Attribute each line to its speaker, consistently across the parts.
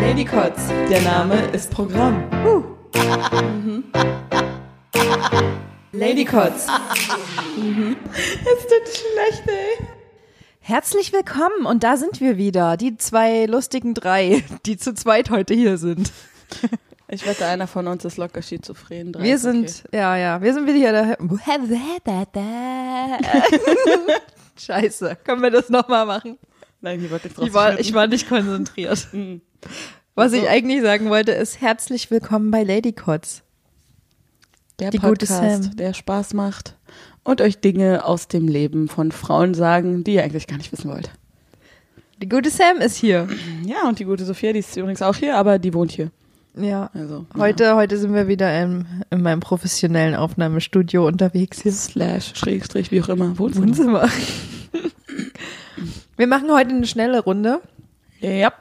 Speaker 1: Lady Kotz, der Name ist Programm.
Speaker 2: Uh.
Speaker 1: Mhm. Lady Kotz. Es tut schlecht, ey.
Speaker 2: Herzlich willkommen und da sind wir wieder, die zwei lustigen drei, die zu zweit heute hier sind.
Speaker 1: Ich wette, einer von uns ist locker schizophren. Drei
Speaker 2: Wir
Speaker 1: ist okay.
Speaker 2: sind, ja, ja, wir sind wieder hier. Scheiße, können wir das nochmal machen?
Speaker 1: Nein, die wollte ich drauf
Speaker 2: Ich war, ich war nicht konzentriert. Was ich eigentlich sagen wollte, ist herzlich willkommen bei Lady Kotz.
Speaker 1: Der
Speaker 2: Die gute
Speaker 1: Podcast,
Speaker 2: Sam.
Speaker 1: der Spaß macht und euch Dinge aus dem Leben von Frauen sagen, die ihr eigentlich gar nicht wissen wollt.
Speaker 2: Die gute Sam ist hier.
Speaker 1: Ja, und die gute Sophia, die ist übrigens auch hier, aber die wohnt hier.
Speaker 2: Ja.
Speaker 1: Also
Speaker 2: Heute, heute sind wir wieder in, in meinem professionellen Aufnahmestudio unterwegs
Speaker 1: ja.
Speaker 2: hier.
Speaker 1: slash Schrägstrich, wie auch immer, Wohnzimmer.
Speaker 2: Wohnzimmer. Wir machen heute eine schnelle Runde.
Speaker 1: Ja.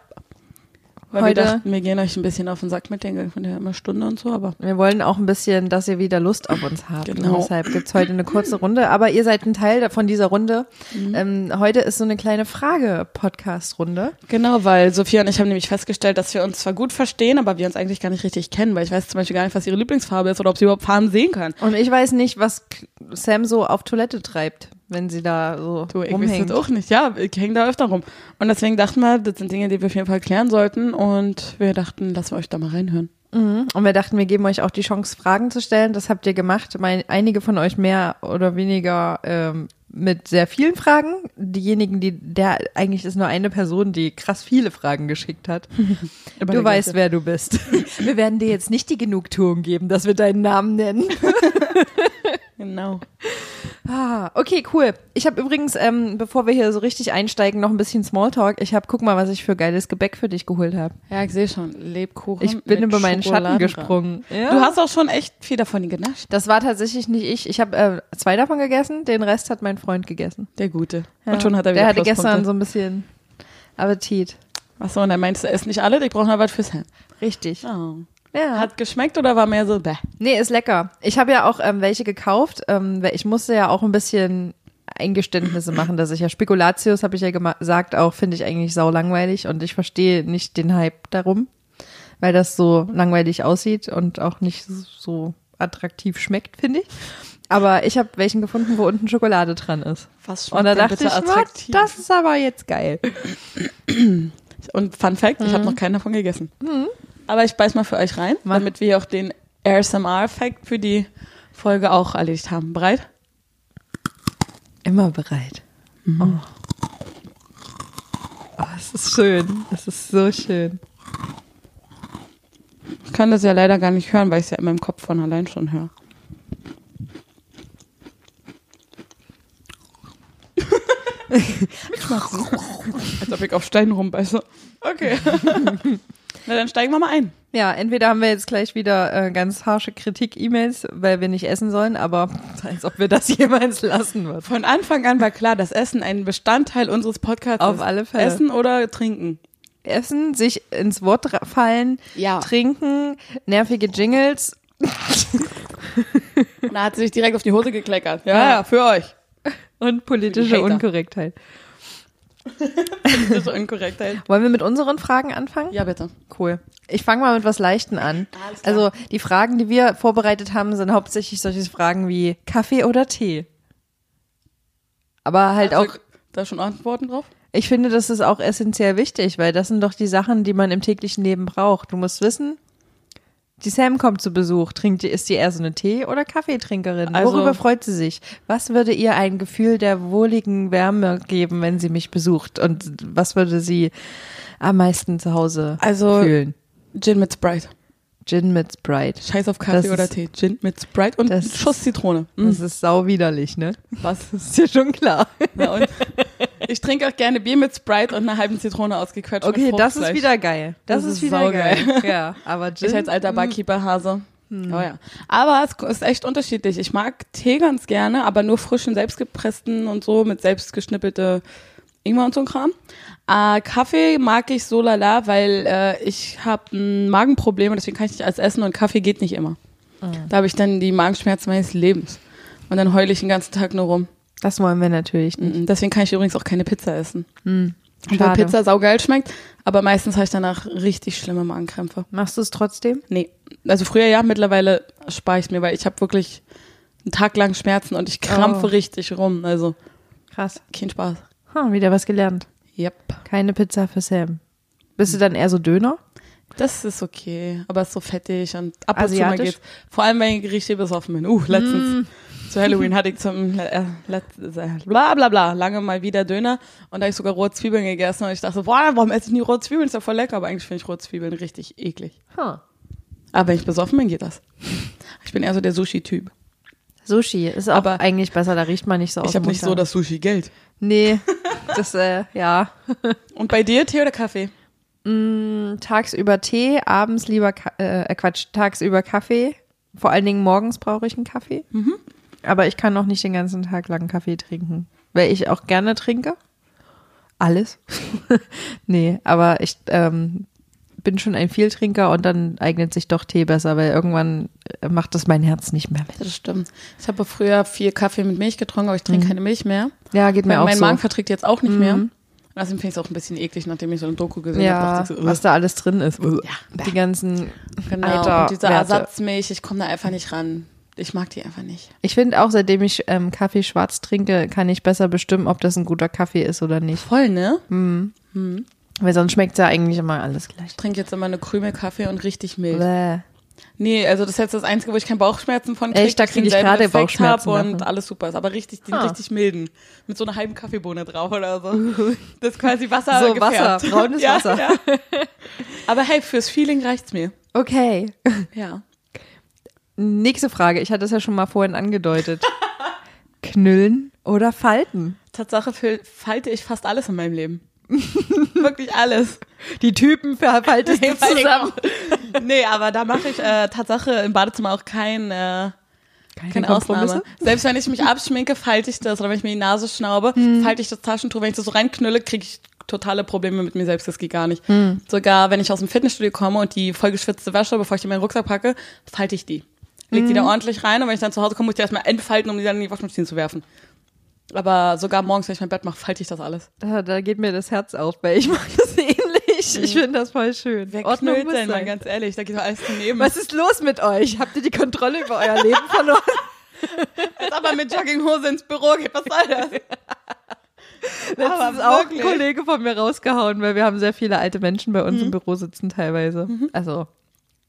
Speaker 1: Weil
Speaker 2: Heute-
Speaker 1: wir dachten, wir gehen euch ein bisschen auf den Sack mit den von der immer Stunde und so, aber
Speaker 2: Wir wollen auch ein bisschen, dass ihr wieder Lust auf uns habt.
Speaker 1: Genau.
Speaker 2: Und deshalb gibt's heute eine kurze Runde. Aber ihr seid ein Teil von dieser Runde.
Speaker 1: Mhm.
Speaker 2: Ähm, heute ist so eine kleine Frage-Podcast-Runde.
Speaker 1: Genau, weil Sophia und ich haben nämlich festgestellt, dass wir uns zwar gut verstehen, aber wir uns eigentlich gar nicht richtig kennen, weil ich weiß zum Beispiel gar nicht, was ihre Lieblingsfarbe ist oder ob sie überhaupt Farben sehen kann.
Speaker 2: Und ich weiß nicht, was K- Sam so auf Toilette treibt, wenn sie da so
Speaker 1: Du, ich weiß
Speaker 2: rumhängt.
Speaker 1: das auch nicht. Ja, ich hänge da öfter rum. Und deswegen dachten wir, das sind Dinge, die wir auf jeden Fall klären sollten und wir dachten, lassen wir euch da mal reinhören.
Speaker 2: Mhm. Und wir dachten, wir geben euch auch die Chance, Fragen zu stellen. Das habt ihr gemacht. Mein, einige von euch mehr oder weniger ähm, mit sehr vielen Fragen. Diejenigen, die der eigentlich ist nur eine Person, die krass viele Fragen geschickt hat.
Speaker 1: Über
Speaker 2: du
Speaker 1: die
Speaker 2: weißt,
Speaker 1: ganze-
Speaker 2: wer du bist. Wir werden dir jetzt nicht die Genugtuung geben, dass wir deinen Namen nennen.
Speaker 1: Genau.
Speaker 2: Ah, okay, cool. Ich habe übrigens, ähm, bevor wir hier so richtig einsteigen, noch ein bisschen Smalltalk. Ich habe, guck mal, was ich für geiles Gebäck für dich geholt habe.
Speaker 1: Ja, ich sehe schon. Lebkuchen.
Speaker 2: Ich bin
Speaker 1: mit
Speaker 2: über meinen Schatten
Speaker 1: Schokoladen
Speaker 2: gesprungen.
Speaker 1: Dran. Du hast auch schon echt viel davon genascht.
Speaker 2: Das war tatsächlich nicht ich. Ich habe äh, zwei davon gegessen, den Rest hat mein Freund gegessen.
Speaker 1: Der Gute.
Speaker 2: Ja.
Speaker 1: Und schon hat er wieder
Speaker 2: Der hatte
Speaker 1: Pluspunkte.
Speaker 2: gestern so ein bisschen Appetit.
Speaker 1: Achso, und dann meinst du, essen nicht alle, ich brauche noch was fürs Herz.
Speaker 2: Richtig.
Speaker 1: Oh.
Speaker 2: Ja.
Speaker 1: Hat geschmeckt oder war mehr so, bäh?
Speaker 2: nee, ist lecker. Ich habe ja auch ähm, welche gekauft. Ähm, weil ich musste ja auch ein bisschen Eingeständnisse machen, dass ich ja Spekulatius, habe ich ja gema- gesagt, auch finde ich eigentlich sau langweilig und ich verstehe nicht den Hype darum, weil das so langweilig aussieht und auch nicht so attraktiv schmeckt, finde ich. Aber ich habe welchen gefunden, wo unten Schokolade dran ist.
Speaker 1: Was schmeckt
Speaker 2: Und da
Speaker 1: denn
Speaker 2: dachte
Speaker 1: bitte
Speaker 2: ich, was,
Speaker 1: attraktiv?
Speaker 2: das ist aber jetzt geil.
Speaker 1: Und Fun Fact, ich habe noch keinen davon gegessen. Aber ich beiß mal für euch rein,
Speaker 2: Mhm. Mach.
Speaker 1: damit wir auch den ASMR-Fact für die Folge auch erledigt haben. Bereit?
Speaker 2: Immer bereit. Mhm. Oh. Oh, es ist schön. Es ist so schön.
Speaker 1: Ich kann das ja leider gar nicht hören, weil ich es ja in meinem Kopf von allein schon höre. Ich mach's. Als ob ich auf Stein rumbeiße. Okay. Na, dann steigen wir mal ein.
Speaker 2: Ja, entweder haben wir jetzt gleich wieder äh, ganz harsche Kritik-E-Mails, weil wir nicht essen sollen, aber als ob wir das jemals lassen würden.
Speaker 1: Von Anfang an war klar, dass Essen ein Bestandteil unseres Podcasts
Speaker 2: Auf
Speaker 1: ist.
Speaker 2: alle Fälle.
Speaker 1: Essen oder Trinken.
Speaker 2: Essen, sich ins Wort ra- fallen,
Speaker 1: Ja.
Speaker 2: trinken, nervige Jingles.
Speaker 1: Und da hat sie sich direkt auf die Hose gekleckert.
Speaker 2: Ja.
Speaker 1: Ja, ja, für euch.
Speaker 2: Und politische
Speaker 1: Hater.
Speaker 2: Unkorrektheit.
Speaker 1: Das ist unkorrekt halt.
Speaker 2: Wollen wir mit unseren Fragen anfangen?
Speaker 1: Ja, bitte.
Speaker 2: Cool. Ich fange mal mit was Leichten an. Also die Fragen, die wir vorbereitet haben, sind hauptsächlich solche Fragen wie Kaffee oder Tee. Aber halt
Speaker 1: Also
Speaker 2: auch,
Speaker 1: Da schon Antworten drauf?
Speaker 2: ich finde, das ist auch essentiell wichtig, weil das sind doch die Sachen, die man im täglichen Leben braucht. Du musst wissen, die Sam kommt zu Besuch. Trinkt die, ist die eher so eine Tee- oder Kaffeetrinkerin?
Speaker 1: Also-
Speaker 2: Worüber freut sie sich? Was würde ihr ein Gefühl der wohligen Wärme geben, wenn sie mich besucht? Und was würde sie am meisten zu Hause
Speaker 1: Also-
Speaker 2: fühlen?
Speaker 1: Gin mit Sprite.
Speaker 2: Gin mit Sprite.
Speaker 1: Scheiß auf Kaffee
Speaker 2: Das
Speaker 1: oder
Speaker 2: ist-
Speaker 1: Tee. Gin mit Sprite und
Speaker 2: Das
Speaker 1: ein
Speaker 2: ist-
Speaker 1: Schuss Zitrone. Mhm.
Speaker 2: Das ist sau widerlich, ne?
Speaker 1: Was?
Speaker 2: Ist dir schon klar.
Speaker 1: Na und? Ich trinke auch gerne Bier mit Sprite und einer halben Zitrone ausgequetscht. mit
Speaker 2: Okay, das ist
Speaker 1: Fruchtfleisch.
Speaker 2: wieder geil. Das,
Speaker 1: Das
Speaker 2: ist
Speaker 1: ist
Speaker 2: wieder geil.
Speaker 1: saugeil.
Speaker 2: Ja, aber Gin. Mhm. Hm.
Speaker 1: Ich als alter Barkeeper-Hase. Oh ja. Aber es ist echt unterschiedlich. Ich mag Tee ganz gerne, aber nur frischen, selbstgepressten und so mit selbstgeschnippelte Ingwer und so ein Kram. Äh, Kaffee mag ich so lala, weil äh, ich habe ein
Speaker 2: Ah.
Speaker 1: Magenproblem und deswegen kann ich nicht alles essen und Kaffee geht nicht immer. Da habe ich dann die Magenschmerzen meines Lebens. Und dann heule ich den ganzen Tag nur rum.
Speaker 2: Das wollen wir natürlich nicht. Hm.
Speaker 1: Mhm. Deswegen kann ich übrigens auch keine Pizza essen.
Speaker 2: Mm.
Speaker 1: Obwohl
Speaker 2: schade.
Speaker 1: Pizza saugeil schmeckt, aber meistens habe ich danach richtig schlimme Magenkrämpfe.
Speaker 2: Machst du es trotzdem?
Speaker 1: Nee, also früher ja, mittlerweile spare ich mir, weil ich habe wirklich einen Tag lang Schmerzen und ich krampfe
Speaker 2: Oh.
Speaker 1: richtig rum. Also
Speaker 2: Krass.
Speaker 1: kein Spaß.
Speaker 2: Ha, wieder was gelernt.
Speaker 1: Yep.
Speaker 2: Keine Pizza für Sam. Bist du dann eher so Döner?
Speaker 1: Das ist okay, aber ist so fettig und ab und zu mal
Speaker 2: Asiatisch?
Speaker 1: geht's. Vor allem, wenn ich richtig besoffen bin. Uh, letztens zu Halloween hatte ich zum äh, letztes, äh, bla bla bla, lange mal wieder Döner und da habe ich sogar rohe Zwiebeln gegessen und ich dachte, boah, warum esse ich nie rohe Zwiebeln? Ist ja voll lecker, aber eigentlich finde ich rohe Zwiebeln richtig eklig.
Speaker 2: Ha.
Speaker 1: Aber wenn ich besoffen bin, geht das. Ich bin eher so der Sushi-Typ.
Speaker 2: Sushi ist auch
Speaker 1: Aber-
Speaker 2: eigentlich besser, da riecht man nicht so aus
Speaker 1: Ich habe
Speaker 2: dem
Speaker 1: nicht so
Speaker 2: Mund
Speaker 1: das Sushi-Geld.
Speaker 2: dann. Nee, das, äh, ja.
Speaker 1: Und bei dir Tee oder Kaffee?
Speaker 2: Tagsüber Tee, abends lieber, Ka äh, äh, Quatsch, tagsüber Kaffee. Vor allen Dingen morgens brauche ich einen Kaffee. Aber ich kann auch nicht den ganzen Tag lang Kaffee trinken, weil ich auch gerne trinke. Alles. nee, aber ich ähm, bin schon ein Vieltrinker und dann eignet sich doch Tee besser, weil irgendwann äh, macht das mein Herz nicht mehr mit.
Speaker 1: Das stimmt. Ich habe früher viel Kaffee mit Milch getrunken, aber ich trinke keine Milch mehr.
Speaker 2: Ja, geht mir
Speaker 1: Mein,
Speaker 2: auch
Speaker 1: mein
Speaker 2: so. Mhm.
Speaker 1: Magen verträgt jetzt auch nicht mehr. Außerdem finde ich es auch ein bisschen eklig, nachdem ich so eine Doku gesehen
Speaker 2: ja,
Speaker 1: habe. dachte ich so, äh.
Speaker 2: was da alles drin ist.
Speaker 1: Ja.
Speaker 2: Die ganzen
Speaker 1: Genau,
Speaker 2: Alter,
Speaker 1: und diese
Speaker 2: Werte.
Speaker 1: Ersatzmilch, ich komme da einfach nicht ran. Ich mag die einfach nicht.
Speaker 2: Ich finde auch, seitdem ich ähm, Kaffee schwarz trinke, kann ich besser bestimmen, ob das ein guter Kaffee ist oder nicht.
Speaker 1: Voll, ne?
Speaker 2: Mhm. Weil sonst schmeckt ja eigentlich immer alles gleich.
Speaker 1: Ich trinke jetzt immer eine Krümel Kaffee und richtig Milch.
Speaker 2: Bäh.
Speaker 1: Nee, also das ist jetzt das Einzige, wo ich keine Bauchschmerzen von kriege.
Speaker 2: Echt? Da
Speaker 1: dass
Speaker 2: krieg ich
Speaker 1: denselben
Speaker 2: gerade
Speaker 1: Effekt
Speaker 2: Bauchschmerzen
Speaker 1: hab Und
Speaker 2: davon.
Speaker 1: alles super ist. Aber richtig, die sind
Speaker 2: Ah.
Speaker 1: richtig milden. Mit so einer halben Kaffeebohne drauf oder so. Das ist quasi Wasser
Speaker 2: So,
Speaker 1: gefärbt.
Speaker 2: Wasser, braunes
Speaker 1: ja,
Speaker 2: Wasser.
Speaker 1: Ja. Aber hey, fürs Feeling reicht's mir.
Speaker 2: Okay.
Speaker 1: Ja.
Speaker 2: Nächste Frage. Ich hatte es ja schon mal vorhin angedeutet. Knüllen oder falten?
Speaker 1: Tatsache für, falte ich fast alles in meinem Leben. Wirklich alles.
Speaker 2: Die Typen verfaltest du
Speaker 1: Weil ich
Speaker 2: zusammen.
Speaker 1: auch- nee, aber da mache ich äh, Tatsache im Badezimmer auch kein, äh,
Speaker 2: Keine,
Speaker 1: keine Ausnahme. Selbst wenn ich mich abschminke, falte ich das. Oder wenn ich mir die Nase schnaube, falte ich das Taschentuch. Wenn ich das so reinknülle, kriege ich totale Probleme mit mir selbst. Das geht gar nicht. Sogar wenn ich aus dem Fitnessstudio komme und die vollgeschwitzte Wäsche, bevor ich die in meinen Rucksack packe, falte ich die. Leg die da ordentlich rein und wenn ich dann zu Hause komme, muss ich die erstmal entfalten, um die dann in die Waschmaschine zu werfen. Aber sogar morgens, wenn ich mein Bett mache, falte ich das alles.
Speaker 2: Da, da geht mir das Herz auf, weil ich mache das ähnlich. Ich finde das voll schön.
Speaker 1: Wer
Speaker 2: Ordnung
Speaker 1: knüllt
Speaker 2: muss
Speaker 1: denn, mal
Speaker 2: sein.
Speaker 1: ganz ehrlich? Da geht doch alles daneben.
Speaker 2: Was ist los mit euch? Habt ihr die Kontrolle über euer Leben verloren?
Speaker 1: Jetzt aber mit Jogginghose ins Büro geht, was soll das?
Speaker 2: Letztens
Speaker 1: Aber
Speaker 2: auch ein
Speaker 1: wirklich.
Speaker 2: Kollege von mir rausgehauen, weil wir haben sehr viele alte Menschen bei uns
Speaker 1: Mhm.
Speaker 2: im Büro sitzen teilweise. Also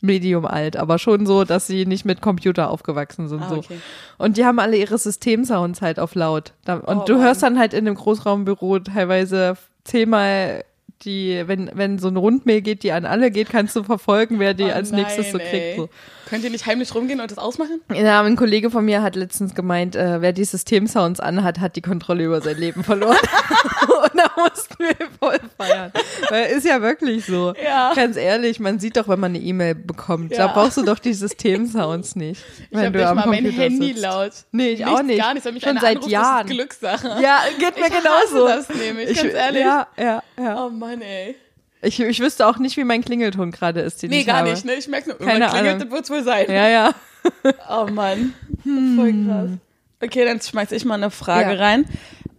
Speaker 2: medium alt, aber schon so, dass sie nicht mit Computer aufgewachsen sind.
Speaker 1: Ah,
Speaker 2: so.
Speaker 1: okay.
Speaker 2: Und die haben alle ihre Systemsounds halt auf laut. Da, und
Speaker 1: Oh,
Speaker 2: du
Speaker 1: Mann.
Speaker 2: hörst dann halt in dem Großraumbüro teilweise zehnmal die, wenn, wenn so ein Rundmail geht, die an alle geht, kannst du verfolgen, wer die
Speaker 1: Oh
Speaker 2: als nächstes so
Speaker 1: nein,
Speaker 2: kriegt.
Speaker 1: ey.
Speaker 2: So.
Speaker 1: Könnt ihr nicht heimlich rumgehen und das ausmachen?
Speaker 2: Ja, ein Kollege von mir hat letztens gemeint, äh, wer die Systemsounds anhat, hat die Kontrolle über sein Leben verloren. Und da mussten wir voll feiern. Weil ist ja wirklich so.
Speaker 1: Ja.
Speaker 2: Ganz ehrlich, man sieht doch, wenn man eine E-Mail bekommt, da
Speaker 1: Ja.
Speaker 2: brauchst du doch die Systemsounds nicht.
Speaker 1: Ich habe nicht mal mein Handy laut.
Speaker 2: Nee, ich
Speaker 1: Nichts,
Speaker 2: auch nicht.
Speaker 1: Gar nicht, wenn mich
Speaker 2: Schon
Speaker 1: einer
Speaker 2: seit
Speaker 1: anruft,
Speaker 2: Jahren.
Speaker 1: Das ist Glückssache.
Speaker 2: Ja, geht mir
Speaker 1: ne? ich
Speaker 2: genauso.
Speaker 1: Hasse das nämlich,
Speaker 2: Ich-
Speaker 1: ganz ehrlich.
Speaker 2: Ja, ja, ja.
Speaker 1: Oh Mann, ey.
Speaker 2: Ich, ich wüsste auch nicht, wie mein Klingelton gerade ist, den
Speaker 1: Nee,
Speaker 2: ich
Speaker 1: gar
Speaker 2: habe.
Speaker 1: nicht, ne? Ich merk's nur,
Speaker 2: Keine
Speaker 1: irgendwann klingelt,
Speaker 2: Ahnung.
Speaker 1: das wird's wohl sein.
Speaker 2: Ja, ja.
Speaker 1: Oh Mann. Voll krass. Okay, dann schmeiß ich mal eine Frage
Speaker 2: Ja.
Speaker 1: rein.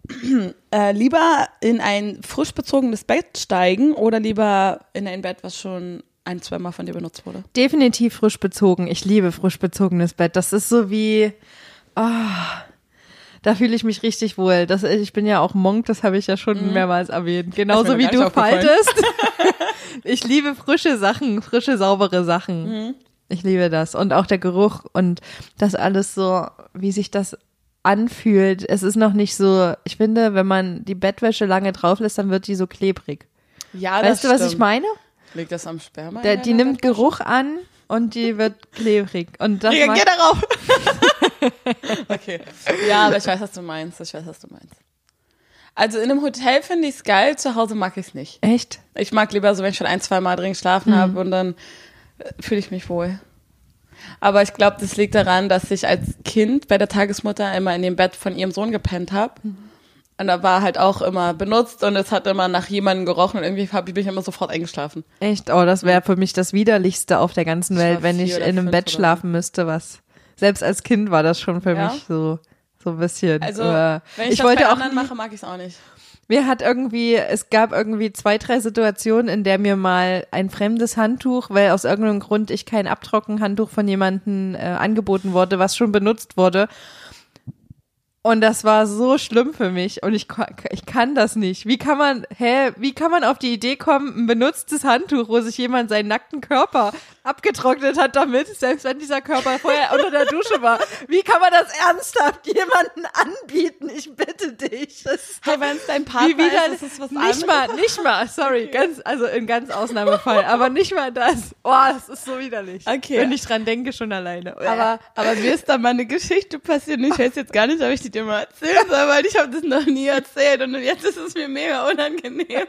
Speaker 1: Äh, lieber in ein frisch bezogenes Bett steigen oder lieber in ein Bett, was schon ein, zweimal von dir benutzt wurde?
Speaker 2: Definitiv frisch bezogen. Ich liebe frisch bezogenes Bett. Das ist so wie, ah, da fühle ich mich richtig wohl. Das, ich bin ja auch Monk, das habe ich ja schon mehrmals
Speaker 1: Das
Speaker 2: erwähnt.
Speaker 1: Mhm. ist
Speaker 2: Genauso
Speaker 1: mir
Speaker 2: wie
Speaker 1: noch gar
Speaker 2: du
Speaker 1: nicht aufgefallen.
Speaker 2: faltest. ich liebe frische Sachen, frische, saubere Sachen.
Speaker 1: Mhm.
Speaker 2: Ich liebe das. Und auch der Geruch und das alles so, wie sich das anfühlt. Es ist noch nicht so, ich finde, wenn man die Bettwäsche lange drauf lässt, dann wird die so klebrig.
Speaker 1: Ja,
Speaker 2: weißt du, was ich meine?
Speaker 1: Liegt das am Sperma?
Speaker 2: Der, die nimmt Geruch an und die wird klebrig. Und das
Speaker 1: Digga,
Speaker 2: mag,
Speaker 1: geh darauf! okay. Ja, aber ich weiß, was du meinst. Ich weiß, was du meinst. Also in einem Hotel finde ich es geil, zu Hause mag ich es nicht.
Speaker 2: echt?
Speaker 1: Ich mag lieber so, wenn ich schon ein, zwei Mal drin geschlafen
Speaker 2: Mhm.
Speaker 1: habe und dann äh, fühle ich mich wohl. Aber ich glaube, das liegt daran, dass ich als Kind bei der Tagesmutter immer in dem Bett von ihrem Sohn gepennt habe.
Speaker 2: Mhm.
Speaker 1: Und da war halt auch immer benutzt und es hat immer nach jemandem gerochen und irgendwie hab, bin ich immer sofort eingeschlafen.
Speaker 2: Echt? Oh, das wäre für mich das Widerlichste auf der ganzen
Speaker 1: Ich war
Speaker 2: Welt, wenn
Speaker 1: vier
Speaker 2: ich
Speaker 1: oder
Speaker 2: in einem
Speaker 1: fünf
Speaker 2: Bett
Speaker 1: oder so.
Speaker 2: schlafen müsste, was. Selbst als Kind war das schon für
Speaker 1: Ja?
Speaker 2: mich so. So ein bisschen.
Speaker 1: Also,
Speaker 2: äh,
Speaker 1: wenn ich, das
Speaker 2: wollte
Speaker 1: bei
Speaker 2: auch
Speaker 1: anderen
Speaker 2: nie-
Speaker 1: mache, mag ich es auch nicht.
Speaker 2: Mir hat irgendwie, es gab irgendwie zwei, drei Situationen, in der mir mal ein fremdes Handtuch, weil aus irgendeinem Grund ich kein Abtrockenhandtuch von jemandem äh, angeboten wurde, was schon benutzt wurde. Und das war so schlimm für mich und ich, ko- ich kann das nicht. Wie kann man, hä, wie kann man auf die Idee kommen, ein benutztes Handtuch, wo sich jemand seinen nackten Körper abgetrocknet hat damit, selbst wenn dieser Körper vorher unter der Dusche war. Wie kann man das ernsthaft jemanden anbieten? Ich bitte dich. Das ist
Speaker 1: Hey, wenn es dein Partner
Speaker 2: wie wieder,
Speaker 1: ist, ist es was
Speaker 2: nicht
Speaker 1: anderes.
Speaker 2: mal, nicht mal, sorry, ganz, also in ganz Ausnahmefall, aber nicht mal das. Oh, das ist so widerlich.
Speaker 1: Okay.
Speaker 2: Wenn ich dran denke, schon alleine. Oh,
Speaker 1: Aber, aber mir ist da mal eine Geschichte passiert und ich weiß jetzt gar nicht, ob ich die dir mal erzählen soll, weil ich habe das noch nie erzählt und jetzt ist es mir mega unangenehm.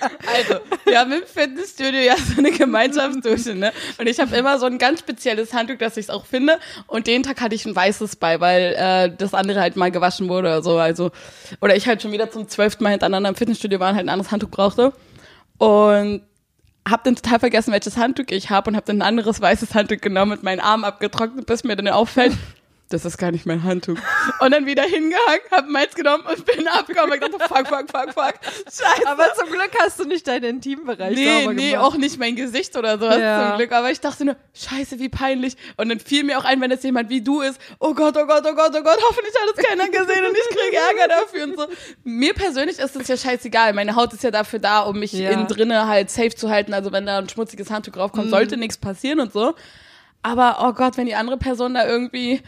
Speaker 1: Also, wir haben im Fitnessstudio ja so eine Gemeinschaftsdusche, ne? Und ich habe immer so ein ganz spezielles Handtuch, dass ich es auch finde. Und den Tag hatte ich ein weißes bei, weil äh, das andere halt mal gewaschen wurde oder so. Also, oder ich halt schon wieder zum zwölften Mal hintereinander im Fitnessstudio war und halt ein anderes Handtuch brauchte. Und hab dann total vergessen, welches Handtuch ich habe und hab dann ein anderes weißes Handtuch genommen mit meinen Armen abgetrocknet, bis mir dann auffällt, das ist gar nicht mein Handtuch. Und dann wieder hingehangen, hab meins genommen und bin abgekommen. Ich dachte, fuck, fuck, fuck, fuck. Scheiße.
Speaker 2: aber zum Glück hast du nicht deinen Intimbereich
Speaker 1: Nee,
Speaker 2: sauber
Speaker 1: nee,
Speaker 2: gemacht.
Speaker 1: auch nicht mein Gesicht oder sowas
Speaker 2: Ja.
Speaker 1: zum Glück. Aber ich dachte nur, scheiße, wie peinlich. Und dann fiel mir auch ein, wenn es jemand wie du ist, oh Gott, oh Gott, oh Gott, oh Gott, hoffentlich hat es keiner gesehen und ich kriege Ärger dafür und so. Mir persönlich ist es ja scheißegal. Meine Haut ist ja dafür da, um mich
Speaker 2: Ja. Mhm.
Speaker 1: innen drinne halt safe zu halten. Also wenn da ein schmutziges Handtuch draufkommt, sollte nichts passieren und so. Aber oh Gott, wenn die andere Person da irgendwie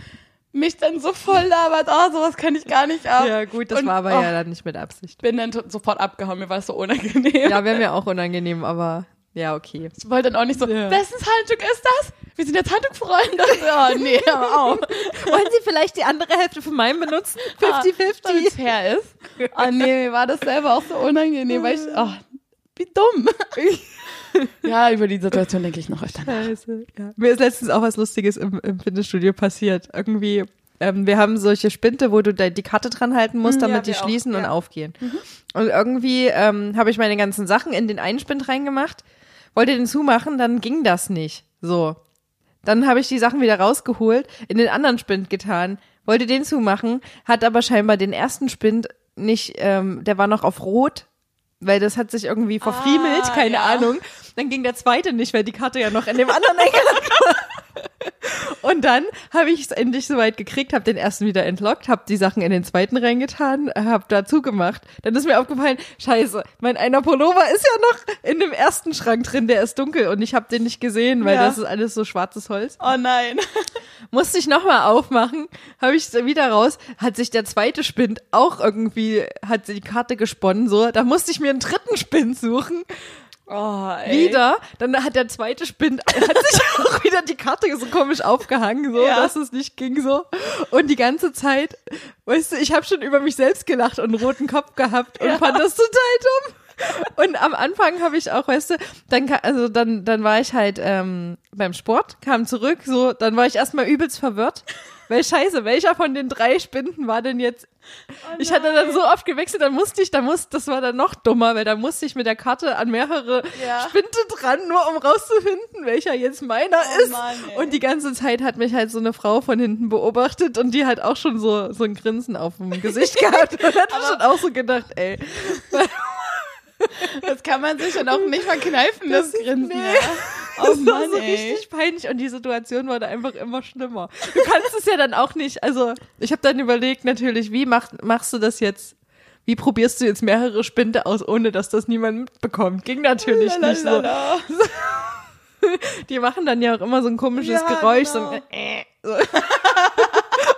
Speaker 1: mich dann so voll labert, oh, sowas kann ich gar nicht ab.
Speaker 2: Ja, gut, das
Speaker 1: Und,
Speaker 2: war aber
Speaker 1: oh,
Speaker 2: ja dann nicht mit Absicht.
Speaker 1: bin dann to- sofort abgehauen, mir war es so unangenehm.
Speaker 2: Ja, wäre mir auch unangenehm, aber ja, okay.
Speaker 1: Ich wollte dann auch nicht so,
Speaker 2: Ja.
Speaker 1: wessen Handtuck ist das? Wir sind jetzt Handtuckfreunde. Oh, nee, aber auch.
Speaker 2: Wollen Sie vielleicht die andere Hälfte von meinem benutzen?
Speaker 1: Ah,
Speaker 2: 50-50.
Speaker 1: es her ist. Oh, nee, mir war das selber auch so unangenehm, weil ich, oh, wie dumm. ja, über die Situation denke ich noch öfter nach.
Speaker 2: Scheiße. Ja. Mir ist letztens auch was Lustiges im, im Fitnessstudio passiert. Irgendwie, ähm, wir haben solche Spinte, wo du da die Karte dran halten musst,
Speaker 1: Mhm, ja,
Speaker 2: damit
Speaker 1: wir
Speaker 2: die
Speaker 1: auch,
Speaker 2: schließen und
Speaker 1: ja. Mhm.
Speaker 2: aufgehen. Und irgendwie ähm, habe ich meine ganzen Sachen in den einen Spind reingemacht, wollte den zumachen, dann ging das nicht. So. Dann habe ich die Sachen wieder rausgeholt, in den anderen Spind getan, wollte den zumachen, hat aber scheinbar den ersten Spind nicht, ähm, der war noch auf Rot, weil das hat sich irgendwie verfriemelt,
Speaker 1: Ah,
Speaker 2: keine
Speaker 1: ja.
Speaker 2: Ahnung. Dann ging der zweite nicht, weil die Karte ja noch in dem anderen Ecke war. Und dann habe ich es endlich soweit gekriegt, habe den ersten wieder entlockt, habe die Sachen in den zweiten reingetan, habe da zugemacht. Dann ist mir aufgefallen, scheiße, mein einer Pullover ist ja noch in dem ersten Schrank drin, der ist dunkel und ich habe den nicht gesehen, weil
Speaker 1: Ja.
Speaker 2: das ist alles so schwarzes Holz
Speaker 1: Oh nein.
Speaker 2: musste ich nochmal aufmachen, habe ich wieder raus, hat sich der zweite Spind auch irgendwie, hat sie die Karte gesponnen, so, da musste ich mir einen dritten Spind suchen,
Speaker 1: Oh, ey.
Speaker 2: wieder, dann hat der zweite Spind, hat sich auch wieder die Karte so komisch aufgehangen, so,
Speaker 1: Ja.
Speaker 2: dass es nicht ging, so, und die ganze Zeit, weißt du, ich habe schon über mich selbst gelacht und einen roten Kopf gehabt und fand das total dumm. Und am Anfang habe ich auch, weißt du, dann, ka- also dann, dann war ich halt ähm, beim Sport, kam zurück, so, dann war ich erstmal übelst verwirrt. Weil scheiße, welcher von den drei Spinden war denn jetzt?
Speaker 1: Oh
Speaker 2: ich hatte dann so oft gewechselt, dann musste ich, dann musste, das war dann noch dummer, weil dann musste ich mit der Karte an mehrere
Speaker 1: Ja.
Speaker 2: Spinde dran, nur um rauszufinden, welcher jetzt meiner
Speaker 1: Oh
Speaker 2: ist.
Speaker 1: Mann, ey.
Speaker 2: und die ganze Zeit hat mich halt so eine Frau von hinten beobachtet und die hat auch schon so, so ein Grinsen auf dem Gesicht gehabt und hat mir schon auch so gedacht, ey,
Speaker 1: Das kann man sich dann auch nicht verkneifen, das, Grinsen.
Speaker 2: nee.
Speaker 1: Ja. Oh
Speaker 2: Das war
Speaker 1: Mann,
Speaker 2: so
Speaker 1: ey.
Speaker 2: richtig peinlich und die Situation wurde einfach immer schlimmer. Du kannst es ja dann auch nicht. Also ich habe dann überlegt natürlich, wie mach, machst du das jetzt? Wie probierst du jetzt mehrere Spinde aus, ohne dass das niemand mitbekommt? Ging natürlich nicht so.
Speaker 1: Lalalala.
Speaker 2: Die machen dann ja auch immer so ein komisches
Speaker 1: Ja,
Speaker 2: Geräusch, so
Speaker 1: genau.
Speaker 2: ein äh, so. und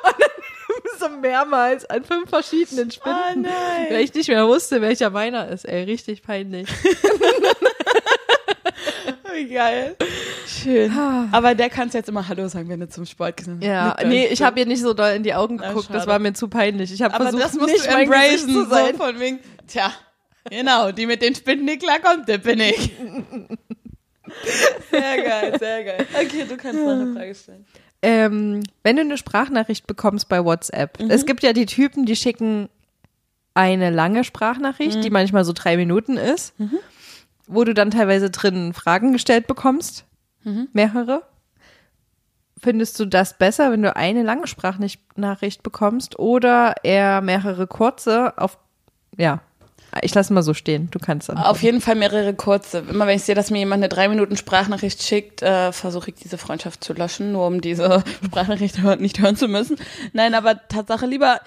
Speaker 2: dann so mehrmals an fünf verschiedenen
Speaker 1: Oh
Speaker 2: Spinden, weil
Speaker 1: nein.
Speaker 2: ich nicht mehr wusste, welcher meiner ist. Ey, richtig peinlich.
Speaker 1: Wie geil. Schön. Aber der kannst jetzt immer Hallo sagen, wenn du zum Sport gehst.
Speaker 2: Ja, nee, ich habe ihr nicht so doll in die Augen
Speaker 1: Na,
Speaker 2: geguckt, das
Speaker 1: schade.
Speaker 2: war mir zu peinlich. Ich habe
Speaker 1: Aber
Speaker 2: versucht,
Speaker 1: das musst
Speaker 2: nicht
Speaker 1: du
Speaker 2: mein Gesicht
Speaker 1: embracen,
Speaker 2: zu sein.
Speaker 1: so von wegen, tja, genau, die mit den Spinnen, die klarkommt, der bin ich. Sehr geil, sehr geil. Okay, du kannst noch eine Frage stellen.
Speaker 2: Ähm, wenn du eine Sprachnachricht bekommst bei WhatsApp, es gibt ja die Typen, die schicken eine lange Sprachnachricht, die manchmal so drei Minuten ist, wo du dann teilweise drin Fragen gestellt bekommst, mehrere. Findest du das besser, wenn du eine lange Sprachnachricht bekommst oder eher mehrere kurze auf, ja. Ich lasse mal so stehen, du kannst dann.
Speaker 1: Auf jeden Fall mehrere kurze. Immer wenn ich sehe, dass mir jemand eine drei Minuten Sprachnachricht schickt, äh, versuche ich diese Freundschaft zu löschen, nur um diese Sprachnachricht hör- nicht hören zu müssen. Nein, aber Tatsache lieber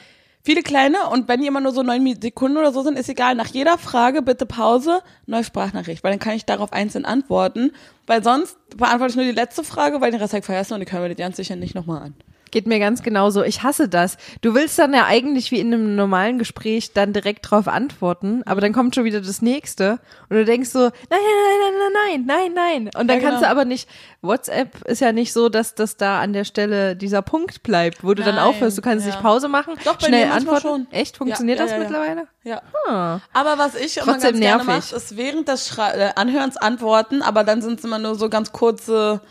Speaker 1: viele kleine und wenn die immer nur so neun Mi- Sekunden oder so sind, ist egal. Nach jeder Frage bitte Pause, neue Sprachnachricht, weil dann kann ich darauf einzeln antworten, weil sonst beantworte ich nur die letzte Frage, weil den Rest habe ich vergessen und die können wir dir ganz sicher nicht nochmal an.
Speaker 2: Geht mir ganz genauso. Ich hasse das. Du willst dann ja eigentlich wie in einem normalen Gespräch dann direkt drauf antworten, aber dann kommt schon wieder das nächste und du denkst so, nein, nein, nein, nein, nein, nein, nein. Und dann
Speaker 1: Ja,
Speaker 2: kannst du
Speaker 1: genau.
Speaker 2: aber nicht, WhatsApp ist ja nicht so, dass das da an der Stelle dieser Punkt bleibt, wo du dann
Speaker 1: Nein,
Speaker 2: aufhörst. Du kannst
Speaker 1: ja.
Speaker 2: nicht Pause machen,
Speaker 1: Doch, bei
Speaker 2: schnell
Speaker 1: mir manchmal
Speaker 2: antworten.
Speaker 1: schon.
Speaker 2: Echt?
Speaker 1: Ja,
Speaker 2: Funktioniert
Speaker 1: ja,
Speaker 2: das
Speaker 1: ja, ja.
Speaker 2: mittlerweile?
Speaker 1: Ja.
Speaker 2: Ah.
Speaker 1: Aber was ich immer
Speaker 2: Trotzdem
Speaker 1: ganz gerne
Speaker 2: nervig.
Speaker 1: mache, ist während des Schra äh, Anhörens antworten, aber dann sind es immer nur so ganz kurze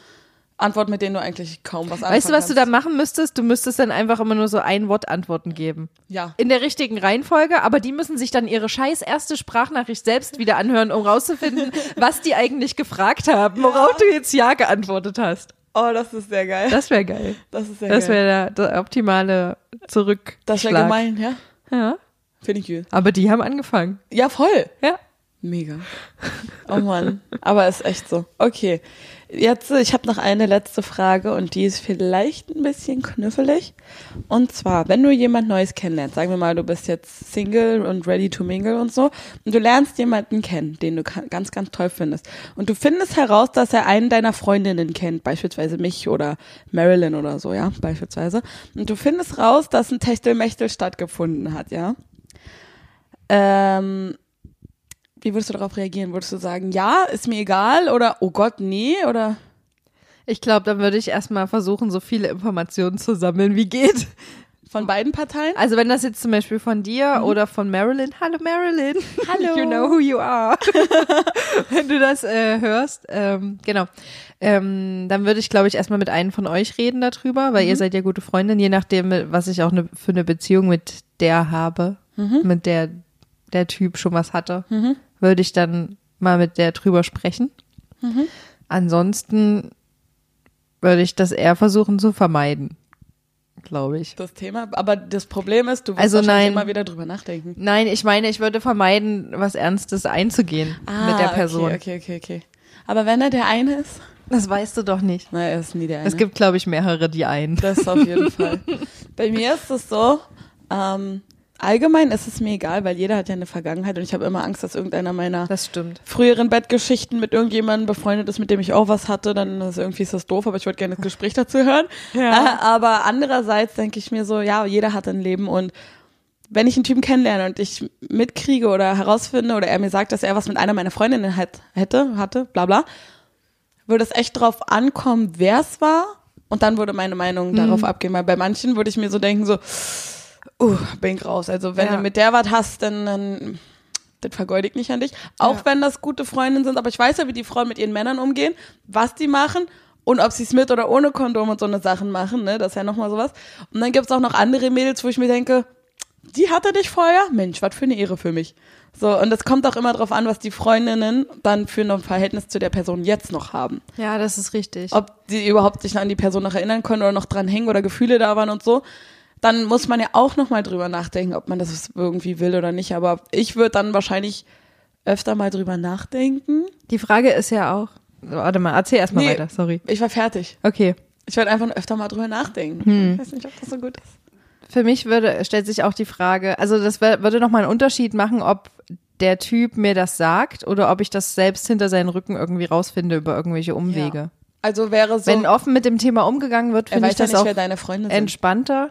Speaker 1: Antworten, mit denen du eigentlich kaum was anfangen
Speaker 2: Weißt du, was
Speaker 1: kannst.
Speaker 2: du da machen müsstest? Du müsstest dann einfach immer nur so ein Wort Antworten geben.
Speaker 1: Ja.
Speaker 2: In der richtigen Reihenfolge, aber die müssen sich dann ihre scheiß erste Sprachnachricht selbst wieder anhören, um rauszufinden, was die eigentlich gefragt haben, worauf du jetzt Ja geantwortet hast.
Speaker 1: Oh, das ist sehr geil.
Speaker 2: Das wäre geil.
Speaker 1: Das ist sehr
Speaker 2: Das
Speaker 1: geil.
Speaker 2: wäre der, der optimale Zurück.
Speaker 1: Das wäre gemein, ja?
Speaker 2: Ja.
Speaker 1: Finde ich gut.
Speaker 2: Aber die haben angefangen.
Speaker 1: Ja, voll.
Speaker 2: Ja.
Speaker 1: Mega. Oh Mann. Aber ist echt so. Okay. Jetzt, äh, ich habe noch eine letzte Frage und die ist vielleicht ein bisschen knifflig. Und zwar, wenn du jemand Neues kennenlernst, sagen wir mal, du bist jetzt Single und ready to mingle und so, und du lernst jemanden kennen, den du ka- ganz, ganz toll findest. Und du findest heraus, dass er einen deiner Freundinnen kennt, beispielsweise mich oder Marilyn oder so, ja, beispielsweise. Und du findest raus, dass ein Techtelmechtel stattgefunden hat, ja. Ähm, wie würdest du darauf reagieren? Würdest du sagen, ja, ist mir egal oder oh Gott, nee oder
Speaker 2: Ich glaube, dann würde ich erstmal versuchen, so viele Informationen zu sammeln, wie geht.
Speaker 1: von beiden Parteien?
Speaker 2: Also wenn das jetzt zum Beispiel von dir oder von Marilyn, hallo Marilyn,
Speaker 1: Hallo.
Speaker 2: you know who you are, wenn du das äh, hörst, ähm, genau, ähm, dann würde ich glaube ich erstmal mit einem von euch reden darüber, weil ihr seid ja gute Freundin, je nachdem, was ich auch ne, für eine Beziehung mit der habe, mit der der Typ schon was hatte, würde ich dann mal mit der drüber sprechen. Ansonsten würde ich das eher versuchen zu vermeiden, glaube ich.
Speaker 1: Das Thema, aber das Problem ist, du wirst
Speaker 2: Also
Speaker 1: wahrscheinlich
Speaker 2: nein.
Speaker 1: immer wieder drüber nachdenken.
Speaker 2: Nein, ich meine, ich würde vermeiden, was Ernstes einzugehen mit der Person.
Speaker 1: Ah, Okay, okay, okay, okay. Aber wenn er der eine ist?
Speaker 2: Das weißt du doch nicht.
Speaker 1: Nein, er ist nie der eine.
Speaker 2: Es gibt, glaube ich, mehrere, die einen.
Speaker 1: Das auf jeden Fall. Bei mir ist es so, ähm, allgemein ist es mir egal, weil jeder hat ja eine Vergangenheit und ich habe immer Angst, dass irgendeiner meiner
Speaker 2: Das stimmt.
Speaker 1: früheren Bettgeschichten mit irgendjemandem befreundet ist, mit dem ich auch was hatte, dann ist irgendwie ist das doof, aber ich würde gerne das Gespräch dazu hören. Äh, aber andererseits denke ich mir so, ja, jeder hat ein Leben und wenn ich einen Typen kennenlerne und ich mitkriege oder herausfinde oder er mir sagt, dass er was mit einer meiner Freundinnen hat, hätte, hatte, bla bla, würde es echt drauf ankommen, wer es war und dann würde meine
Speaker 2: Mhm.
Speaker 1: Meinung darauf abgehen, weil bei manchen würde ich mir so denken, so, uh, bin ich raus. Also wenn
Speaker 2: Ja.
Speaker 1: du mit der was hast, dann, dann das vergeude ich nicht an dich. Auch
Speaker 2: Ja.
Speaker 1: wenn das gute Freundinnen sind, aber ich weiß ja, wie die Frauen mit ihren Männern umgehen, was die machen und ob sie es mit oder ohne Kondom und so eine Sachen machen, ne? Das ist ja nochmal sowas. Und dann gibt's auch noch andere Mädels, wo ich mir denke, die hatte dich vorher? Mensch, was für eine Ehre für mich. So, und das kommt auch immer drauf an, was die Freundinnen dann für ein Verhältnis zu der Person jetzt noch haben.
Speaker 2: Ja, das ist richtig.
Speaker 1: Ob sie überhaupt sich noch an die Person noch erinnern können oder noch dran hängen oder Gefühle da waren und so. Dann muss man ja auch nochmal drüber nachdenken, ob man das irgendwie will oder nicht. Aber ich würde dann wahrscheinlich öfter mal drüber nachdenken.
Speaker 2: die Frage ist ja auch. Warte mal, erzähl erstmal
Speaker 1: Nee.
Speaker 2: weiter, sorry.
Speaker 1: Ich war fertig.
Speaker 2: Okay.
Speaker 1: Ich werde einfach öfter mal drüber nachdenken.
Speaker 2: Hm.
Speaker 1: Ich weiß nicht, ob das so gut ist.
Speaker 2: Für mich würde, stellt sich auch die Frage, also das wär, würde nochmal einen Unterschied machen, ob der Typ mir das sagt oder ob ich das selbst hinter seinen Rücken irgendwie rausfinde über irgendwelche Umwege.
Speaker 1: Also wäre so,
Speaker 2: Wenn offen mit dem Thema umgegangen wird,
Speaker 1: er
Speaker 2: finde
Speaker 1: weiß
Speaker 2: ich
Speaker 1: ja
Speaker 2: das
Speaker 1: nicht,
Speaker 2: auch
Speaker 1: wer deine Freunde sind,
Speaker 2: entspannter.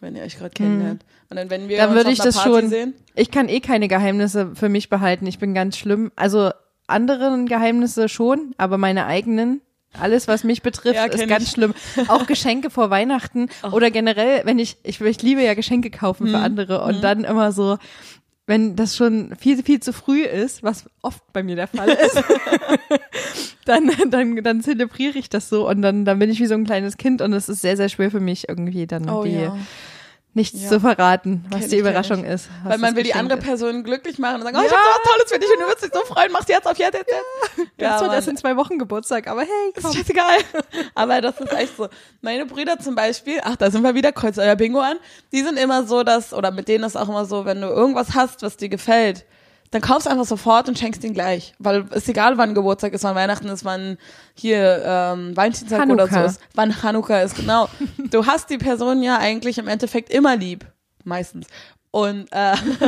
Speaker 1: wenn ihr euch gerade kennenlernt. Und dann, wenn wir
Speaker 2: Mhm. dann
Speaker 1: uns
Speaker 2: würde
Speaker 1: auf
Speaker 2: ich
Speaker 1: einer
Speaker 2: das
Speaker 1: Party
Speaker 2: schon.
Speaker 1: sehen,
Speaker 2: Ich kann eh keine Geheimnisse für mich behalten. Ich bin ganz schlimm. Also anderen Geheimnisse schon, aber meine eigenen. Alles, was mich betrifft,
Speaker 1: Ja,
Speaker 2: ist
Speaker 1: kenn
Speaker 2: ganz
Speaker 1: ich. Oh.
Speaker 2: schlimm. Auch Geschenke vor Weihnachten oder generell, wenn ich, ich, ich liebe ja Geschenke kaufen
Speaker 1: Hm.
Speaker 2: für andere und dann immer so, wenn das schon viel, viel zu früh ist, was oft bei mir der Fall ist, dann, dann, dann zelebriere ich das so und dann, dann bin ich wie so ein kleines Kind und es ist sehr, sehr schwer für mich irgendwie dann
Speaker 1: Oh
Speaker 2: die,
Speaker 1: ja.
Speaker 2: nichts
Speaker 1: Ja.
Speaker 2: zu verraten, was
Speaker 1: Kenn
Speaker 2: die
Speaker 1: ich,
Speaker 2: Überraschung
Speaker 1: kenn
Speaker 2: ist. was
Speaker 1: Weil man
Speaker 2: das
Speaker 1: will die
Speaker 2: Geschenk
Speaker 1: andere
Speaker 2: ist.
Speaker 1: Person glücklich machen und sagen, oh, ich
Speaker 2: Ja.
Speaker 1: hab so was Tolles für dich und du wirst dich so freuen, mach's jetzt auf, jetzt, jetzt, jetzt.
Speaker 2: Ja, ja,
Speaker 1: Mann.
Speaker 2: das sind zwei Wochen Geburtstag, aber hey,
Speaker 1: Ist
Speaker 2: komm.
Speaker 1: scheißegal. Aber das ist echt so. Meine Brüder zum Beispiel, ach, da sind wir wieder, kreuz euer Bingo an. Die sind immer so, dass, oder mit denen ist auch immer so, wenn du irgendwas hast, was dir gefällt, dann kaufst einfach sofort und schenkst ihn gleich. Weil ist egal, wann Geburtstag ist, wann Weihnachten ist, wann hier ähm, Valentinstag oder so
Speaker 2: Chanukka.
Speaker 1: ist, wann Hanukkah ist, genau. Du hast die Person ja eigentlich im Endeffekt immer lieb. Meistens. Und, äh, und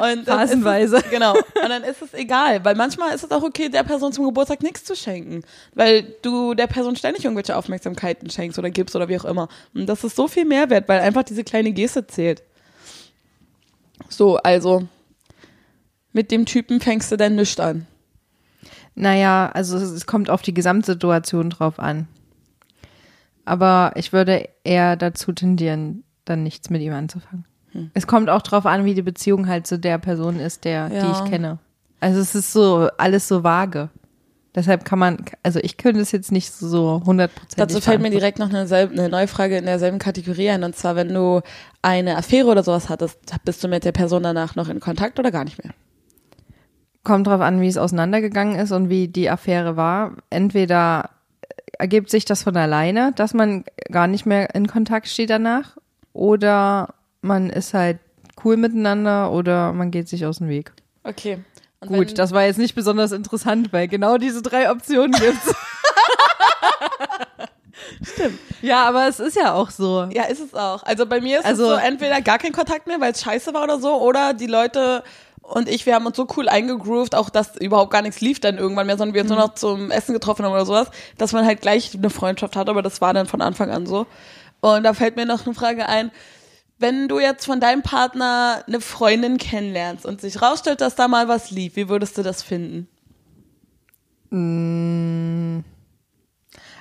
Speaker 1: dann ist es-
Speaker 2: Phasenweise.
Speaker 1: Genau. Und dann ist es egal, weil manchmal ist es auch okay, der Person zum Geburtstag nichts zu schenken, weil du der Person ständig irgendwelche Aufmerksamkeiten schenkst oder gibst oder wie auch immer. Und das ist so viel Mehrwert, weil einfach diese kleine Geste zählt. So, also mit dem Typen fängst du dann nichts an.
Speaker 2: Naja, also es- es kommt auf die Gesamtsituation drauf an. Aber ich würde eher dazu tendieren, dann nichts mit ihm anzufangen. Es kommt auch drauf an, wie die Beziehung halt zu der Person ist, der, die
Speaker 1: Ja.
Speaker 2: ich kenne. Also es ist so alles so vage. Deshalb kann man, also ich könnte es jetzt nicht so hundertprozentig.
Speaker 1: Dazu fällt mir
Speaker 2: beantworten.
Speaker 1: direkt noch eine, selb- eine neue Frage in derselben Kategorie ein. Und zwar, wenn du eine Affäre oder sowas hattest, bist du mit der Person danach noch in Kontakt oder gar nicht mehr?
Speaker 2: Kommt drauf an, wie es auseinandergegangen ist und wie die Affäre war. Entweder ergibt sich das von alleine, dass man gar nicht mehr in Kontakt steht danach, oder man ist halt cool miteinander oder man geht sich aus dem Weg.
Speaker 1: Okay. Und
Speaker 2: Gut, das war jetzt nicht besonders interessant, weil genau diese drei Optionen gibt's.
Speaker 1: Stimmt.
Speaker 2: Ja, aber es ist ja auch so.
Speaker 1: Ja, ist es auch. Also bei mir ist
Speaker 2: Also-
Speaker 1: es so, entweder gar kein Kontakt mehr, weil es scheiße war oder so, oder die Leute und ich, wir haben uns so cool eingegroovt, auch dass überhaupt gar nichts lief dann irgendwann mehr, sondern wir uns nur noch zum Essen getroffen haben oder sowas, dass man halt gleich eine Freundschaft hat, aber das war dann von Anfang an so. Und da fällt mir noch eine Frage ein. Wenn du jetzt von deinem Partner eine Freundin kennenlernst und sich rausstellt, dass da mal was lief, wie würdest du das finden?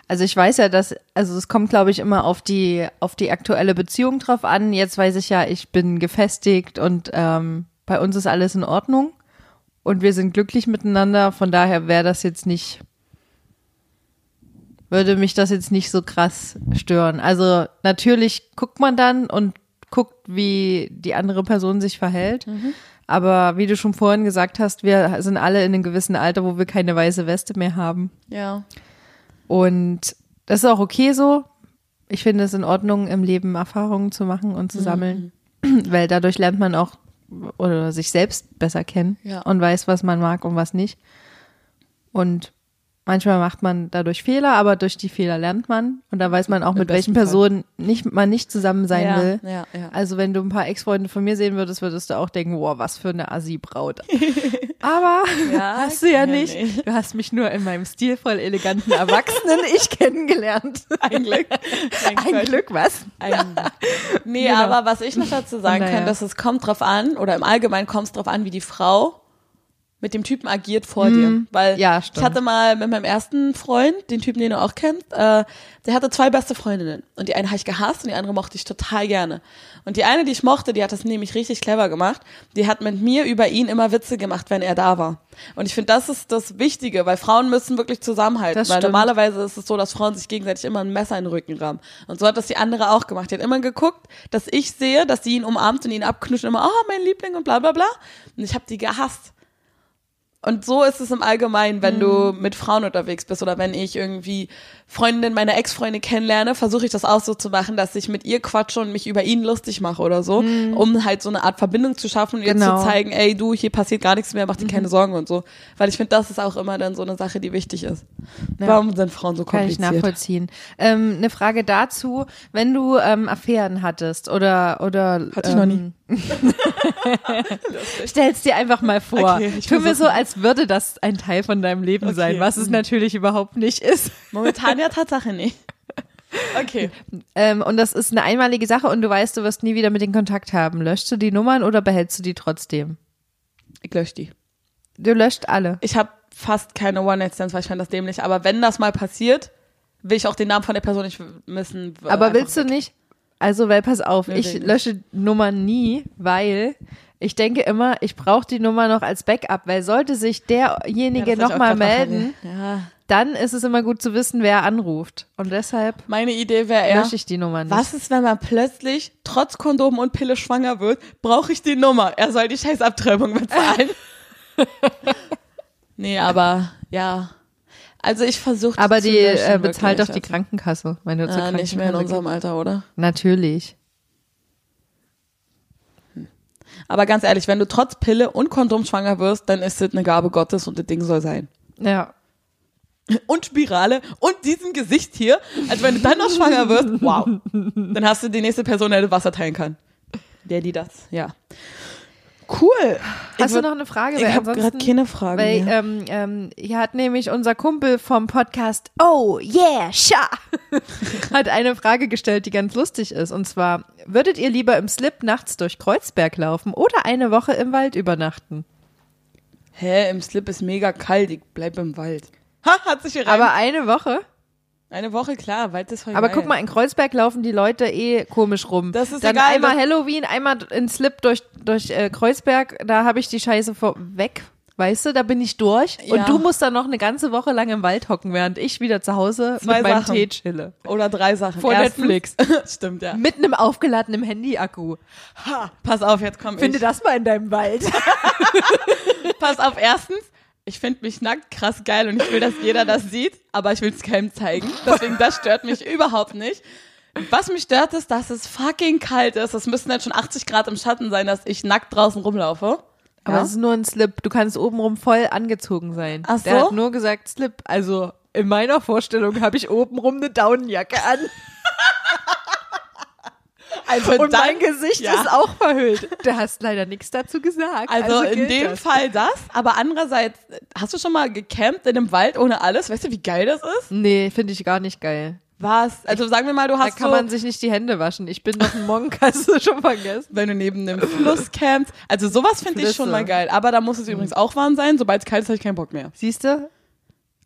Speaker 2: Also ich weiß ja, dass, also es kommt, glaube ich, immer auf die, auf die aktuelle Beziehung drauf an. Jetzt weiß ich ja, ich bin gefestigt und ähm, bei uns ist alles in Ordnung und wir sind glücklich miteinander. Von daher wäre das jetzt nicht, würde mich das jetzt nicht so krass stören. Also natürlich guckt man dann und guckt, wie die andere Person sich verhält. Aber wie du schon vorhin gesagt hast, wir sind alle in einem gewissen Alter, wo wir keine weiße Weste mehr haben.
Speaker 1: Ja.
Speaker 2: Und das ist auch okay so. Ich finde es in Ordnung, im Leben Erfahrungen zu machen und
Speaker 1: Mhm.
Speaker 2: zu sammeln, weil dadurch lernt man auch oder sich selbst besser kennen
Speaker 1: Ja.
Speaker 2: und weiß, was man mag und was nicht. Und manchmal macht man dadurch Fehler, aber durch die Fehler lernt man und da weiß man auch,
Speaker 1: Im
Speaker 2: mit welchen
Speaker 1: besten Fall.
Speaker 2: Personen nicht, man nicht zusammen sein
Speaker 1: ja,
Speaker 2: will.
Speaker 1: Ja, ja.
Speaker 2: Also wenn du ein paar Ex-Freunde von mir sehen würdest, würdest du auch denken, wow, was für eine Assi-Braut. Aber
Speaker 1: Ja,
Speaker 2: hast du ja
Speaker 1: kenn
Speaker 2: nicht.
Speaker 1: ich.
Speaker 2: Du hast mich nur in meinem stilvoll eleganten Erwachsenen ich kennengelernt.
Speaker 1: Ein Glück.
Speaker 2: Ein Glück, was?
Speaker 1: Ein- nee,
Speaker 2: Genau.
Speaker 1: aber was ich noch dazu sagen
Speaker 2: Naja.
Speaker 1: kann, dass es kommt drauf an, oder im Allgemeinen kommt es drauf an, wie die Frau mit dem Typen agiert vor dir. Weil
Speaker 2: Mhm. Ja,
Speaker 1: ich
Speaker 2: stimmt.
Speaker 1: hatte mal mit meinem ersten Freund, den Typen, den du auch kennst, äh, der hatte zwei beste Freundinnen. Und die eine habe ich gehasst und die andere mochte ich total gerne. Und die eine, die ich mochte, die hat das nämlich richtig clever gemacht. Die hat mit mir über ihn immer Witze gemacht, wenn er da war. Und ich finde, das ist das Wichtige, weil Frauen müssen wirklich zusammenhalten.
Speaker 2: Das
Speaker 1: weil
Speaker 2: stimmt.
Speaker 1: normalerweise ist es so, dass Frauen sich gegenseitig immer ein Messer in den Rücken rammen. Und so hat das die andere auch gemacht. Die hat immer geguckt, dass ich sehe, dass sie ihn umarmt und ihn abknuscht und immer, oh, mein Liebling und bla bla bla. Und ich habe die gehasst. Und so ist es im Allgemeinen, wenn du mit Frauen unterwegs bist oder wenn ich irgendwie Freundinnen meiner Ex-Freunde kennenlerne, versuche ich das auch so zu machen, dass ich mit ihr quatsche und mich über ihn lustig mache oder so, um halt so eine Art Verbindung zu schaffen und ihr
Speaker 2: Genau.
Speaker 1: zu zeigen, ey, du, hier passiert gar nichts mehr, mach dir keine Sorgen und so. Weil ich finde, das ist auch immer dann so eine Sache, die wichtig ist.
Speaker 2: Ja.
Speaker 1: Warum sind Frauen so
Speaker 2: Kann ich
Speaker 1: kompliziert?
Speaker 2: nachvollziehen. Ähm, eine Frage dazu, wenn du ähm, Affären hattest oder oder
Speaker 1: Hatte ich
Speaker 2: ähm,
Speaker 1: noch nie.
Speaker 2: Stell's dir einfach mal vor.
Speaker 1: Okay, ich
Speaker 2: Tu mir
Speaker 1: versuch's
Speaker 2: so, als würde das ein Teil von deinem Leben
Speaker 1: Okay.
Speaker 2: sein, was es natürlich überhaupt nicht ist.
Speaker 1: Momentan ja Tatsache nicht. Okay.
Speaker 2: Ähm, und das ist eine einmalige Sache und du weißt, du wirst nie wieder mit denen Kontakt haben. Löschst du die Nummern oder behältst du die trotzdem?
Speaker 1: Ich lösche die.
Speaker 2: Du löscht alle.
Speaker 1: ich habe fast keine One-Night-Stands, weil ich fand das dämlich. Aber wenn das mal passiert, will ich auch den Namen von der Person nicht missen.
Speaker 2: Aber willst du nicht? Also, weil pass auf,
Speaker 1: Nee,
Speaker 2: ich
Speaker 1: will nicht.
Speaker 2: lösche Nummern nie, weil ich denke immer, ich brauche die Nummer noch als Backup, weil sollte sich derjenige
Speaker 1: das hab ich auch
Speaker 2: nochmal
Speaker 1: grad noch
Speaker 2: melden,
Speaker 1: Ja.
Speaker 2: dann ist es immer gut zu wissen, wer anruft. Und deshalb
Speaker 1: Meine Idee wäre eher,
Speaker 2: lösche ich die Nummer nicht.
Speaker 1: was ist, wenn man plötzlich trotz Kondom und Pille schwanger wird, brauche ich die Nummer. Er soll die scheiß Abtreibung bezahlen. nee, aber ja. Also ich versuche
Speaker 2: Aber die äh, bezahlt doch die Krankenkasse, wenn du zur
Speaker 1: Ja,
Speaker 2: Krankenkasse
Speaker 1: Also Ah, nicht mehr in
Speaker 2: gehst.
Speaker 1: unserem Alter, oder?
Speaker 2: Natürlich.
Speaker 1: Aber ganz ehrlich, wenn du trotz Pille und Kondom schwanger wirst, dann ist das eine Gabe Gottes und das Ding soll sein.
Speaker 2: Ja.
Speaker 1: Und Spirale und diesem Gesicht hier. Also wenn du dann noch schwanger wirst, wow. Dann hast du die nächste Person, der das Wasser teilen kann. Der, die das, ja. Cool.
Speaker 2: Hast
Speaker 1: würd-
Speaker 2: du noch eine Frage?
Speaker 1: Ich
Speaker 2: Weil
Speaker 1: habe gerade
Speaker 2: ansonsten-
Speaker 1: keine Fragen
Speaker 2: Weil
Speaker 1: mehr.
Speaker 2: ähm, ähm, hier hat nämlich unser Kumpel vom Podcast Oh Yeah Sha hat eine Frage gestellt, die ganz lustig ist. Und zwar, würdet ihr lieber im Slip nachts durch Kreuzberg laufen oder eine Woche im Wald übernachten?
Speaker 1: Hä, im Slip ist mega kalt, ich bleib im Wald. Ha, hat sich gereimt.
Speaker 2: Aber eine Woche?
Speaker 1: Eine Woche, klar, Wald ist voll
Speaker 2: Aber
Speaker 1: geil.
Speaker 2: guck mal, in Kreuzberg laufen die Leute eh komisch rum.
Speaker 1: Das ist
Speaker 2: Dann
Speaker 1: egal,
Speaker 2: einmal
Speaker 1: das-
Speaker 2: Halloween, einmal in Slip durch, durch äh, Kreuzberg, da habe ich die Scheiße vor weg. Weißt du, da bin ich durch.
Speaker 1: Ja.
Speaker 2: Und du musst dann noch eine ganze Woche lang im Wald hocken, während ich wieder zu Hause
Speaker 1: Zwei
Speaker 2: mit meinem
Speaker 1: Sachen.
Speaker 2: Tee chille.
Speaker 1: Oder drei Sachen.
Speaker 2: Vor
Speaker 1: Erstens-
Speaker 2: Netflix.
Speaker 1: Stimmt, ja.
Speaker 2: Mit einem aufgeladenen Handy-Akku.
Speaker 1: Pass auf, jetzt komm
Speaker 2: Finde
Speaker 1: ich.
Speaker 2: das mal in deinem Wald.
Speaker 1: Pass auf, erstens, ich finde mich nackt krass geil und ich will, dass jeder das sieht, aber ich will es keinem zeigen. Deswegen, das stört mich überhaupt nicht. Was mich stört, ist, dass es fucking kalt ist. Es müssen dann schon 80 Grad im Schatten sein, dass ich nackt draußen rumlaufe.
Speaker 2: Aber
Speaker 1: Ja.
Speaker 2: es ist nur ein Slip. Du kannst obenrum voll angezogen sein.
Speaker 1: Ach
Speaker 2: Der
Speaker 1: so?
Speaker 2: hat nur gesagt Slip. Also in meiner Vorstellung habe ich obenrum eine Daunenjacke an.
Speaker 1: Also
Speaker 2: Und
Speaker 1: dann-
Speaker 2: dein Gesicht
Speaker 1: ja.
Speaker 2: ist auch verhüllt. Du hast leider nichts dazu gesagt.
Speaker 1: Also, in
Speaker 2: gilt
Speaker 1: dem
Speaker 2: das.
Speaker 1: Fall das, aber andererseits, hast du schon mal gecampt in einem Wald ohne alles? Weißt du, wie geil das ist?
Speaker 2: Nee, finde ich gar nicht geil.
Speaker 1: Was? Also sagen wir mal, du
Speaker 2: Da
Speaker 1: hast
Speaker 2: kann
Speaker 1: so,
Speaker 2: man sich nicht die Hände waschen. Ich bin noch ein Monk, hast du schon vergessen.
Speaker 1: wenn du neben einem Fluss campst. Also sowas finde ich schon
Speaker 2: Flüsse.
Speaker 1: mal geil. Aber da muss es übrigens auch warm sein. Sobald es kalt ist, habe ich keinen Bock mehr.
Speaker 2: Siehst du?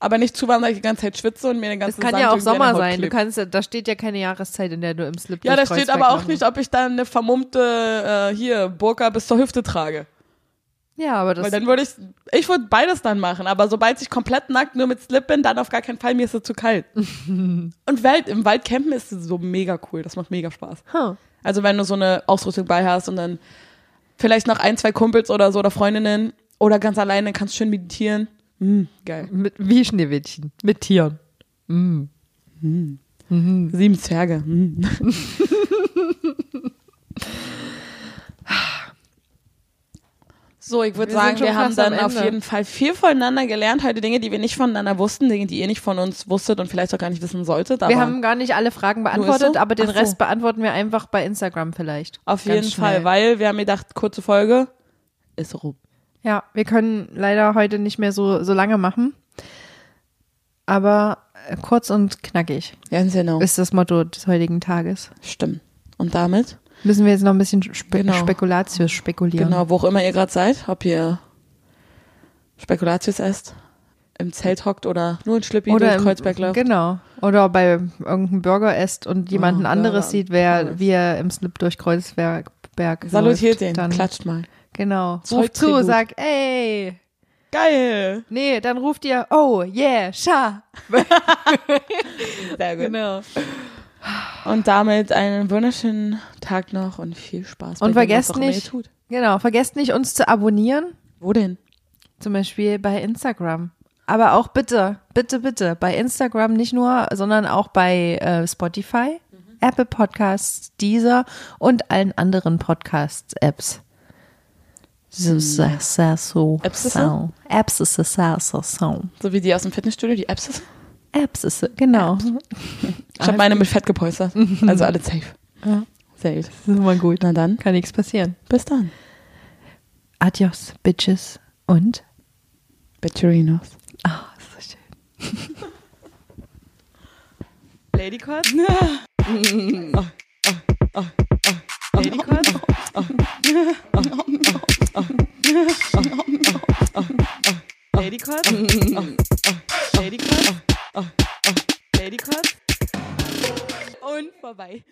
Speaker 1: Aber nicht zu warm, dass ich die ganze Zeit schwitze und mir den
Speaker 2: Es
Speaker 1: ganzen
Speaker 2: kann
Speaker 1: Sand
Speaker 2: ja auch
Speaker 1: irgendwie an der
Speaker 2: Sommer
Speaker 1: Haut
Speaker 2: sein. Du
Speaker 1: klebt.
Speaker 2: kannst, ja- da steht ja keine Jahreszeit, in der du im Slip
Speaker 1: ja, da
Speaker 2: durch
Speaker 1: steht
Speaker 2: Kreuzberg
Speaker 1: aber auch
Speaker 2: laufen
Speaker 1: nicht, ob ich dann eine vermummte äh, hier Burka bis zur Hüfte trage.
Speaker 2: musst. Ja, aber das
Speaker 1: Weil dann würde ich, ich würde beides dann machen. Aber sobald ich komplett nackt nur mit Slip bin, dann auf gar keinen Fall. Mir ist es zu kalt. und Wald, im Wald campen ist so mega cool. Das macht mega Spaß.
Speaker 2: Huh.
Speaker 1: Also wenn du so eine Ausrüstung bei hast und dann vielleicht noch ein, zwei Kumpels oder so oder Freundinnen oder ganz alleine kannst schön meditieren. Mm, geil.
Speaker 2: Mit, wie Schneewittchen. Mit Tieren.
Speaker 1: Sieben Zwerge. Mm. so, ich würde
Speaker 2: Wir sind
Speaker 1: sagen,
Speaker 2: schon
Speaker 1: wir haben
Speaker 2: fast am
Speaker 1: dann auf
Speaker 2: Ende.
Speaker 1: jeden Fall viel voneinander gelernt. Heute Dinge, die wir nicht voneinander wussten, Dinge, die ihr nicht von uns wusstet und vielleicht auch gar nicht wissen solltet. Aber
Speaker 2: Wir haben gar nicht alle Fragen
Speaker 1: ist
Speaker 2: beantwortet,
Speaker 1: so?
Speaker 2: aber den
Speaker 1: Ach so.
Speaker 2: Rest beantworten wir einfach bei Instagram vielleicht.
Speaker 1: auf
Speaker 2: Ganz
Speaker 1: jeden Fall,
Speaker 2: schnell.
Speaker 1: weil wir haben gedacht, kurze Folge ist rum.
Speaker 2: Ja, wir können leider heute nicht mehr so, so lange machen. Aber äh, kurz und knackig
Speaker 1: Ganz genau.
Speaker 2: ist das Motto des heutigen Tages.
Speaker 1: Stimmt. Und damit,
Speaker 2: Müssen wir jetzt noch ein bisschen spe
Speaker 1: Genau.
Speaker 2: Spekulatius spekulieren.
Speaker 1: genau, wo auch immer ihr gerade seid, ob ihr Spekulatius esst, im Zelt hockt oder nur in Schlippi
Speaker 2: Oder
Speaker 1: durch
Speaker 2: im,
Speaker 1: Kreuzberg läuft.
Speaker 2: Genau. Oder bei irgendeinem Burger esst und jemanden
Speaker 1: Oh,
Speaker 2: anderes
Speaker 1: Burger.
Speaker 2: sieht, wer
Speaker 1: Alles.
Speaker 2: wie er im Slip durch Kreuzberg Berg
Speaker 1: Salutiert
Speaker 2: läuft,
Speaker 1: den,
Speaker 2: Dann,
Speaker 1: klatscht mal.
Speaker 2: Genau. Ruf
Speaker 1: Zeugtribut.
Speaker 2: zu, sag, ey.
Speaker 1: Geil.
Speaker 2: Nee, dann ruft ihr, oh yeah, scha.
Speaker 1: Sehr gut.
Speaker 2: Genau.
Speaker 1: Und damit einen wunderschönen Tag noch und viel Spaß. bei
Speaker 2: Und
Speaker 1: dem,
Speaker 2: vergesst
Speaker 1: was auch immer ihr
Speaker 2: nicht-
Speaker 1: Tut.
Speaker 2: Genau. Vergesst nicht, uns zu abonnieren.
Speaker 1: Wo denn?
Speaker 2: Zum Beispiel bei Instagram. Aber auch bitte, bitte, bitte bei Instagram nicht nur, sondern auch bei äh, Spotify, Apple Podcasts, Deezer und allen anderen Podcasts-Apps. So, so, so, so.
Speaker 1: Apps ist
Speaker 2: so. Hm. Apps ist so, so, so, so.
Speaker 1: So wie die aus dem Fitnessstudio, die Apps.
Speaker 2: Apps ist so, genau.
Speaker 1: Ich habe meine mit Fett gepolstert. Also alle safe.
Speaker 2: Ja.
Speaker 1: Sehr gut.
Speaker 2: Das ist immer gut.
Speaker 1: Na dann,
Speaker 2: Kann nichts passieren.
Speaker 1: bis dann.
Speaker 2: Adios, Bitches und.
Speaker 1: Batterinos.
Speaker 2: Ah, ist so schön.
Speaker 1: Lady Quad? Ah. Ah, ah, ah, ah. Lady Quad? Ah. Ah, ah, ah, ah, ah, ah. Lady Quad? Ah, ah, Lady Quad? Ah, ah, Lady Quad? Und vorbei.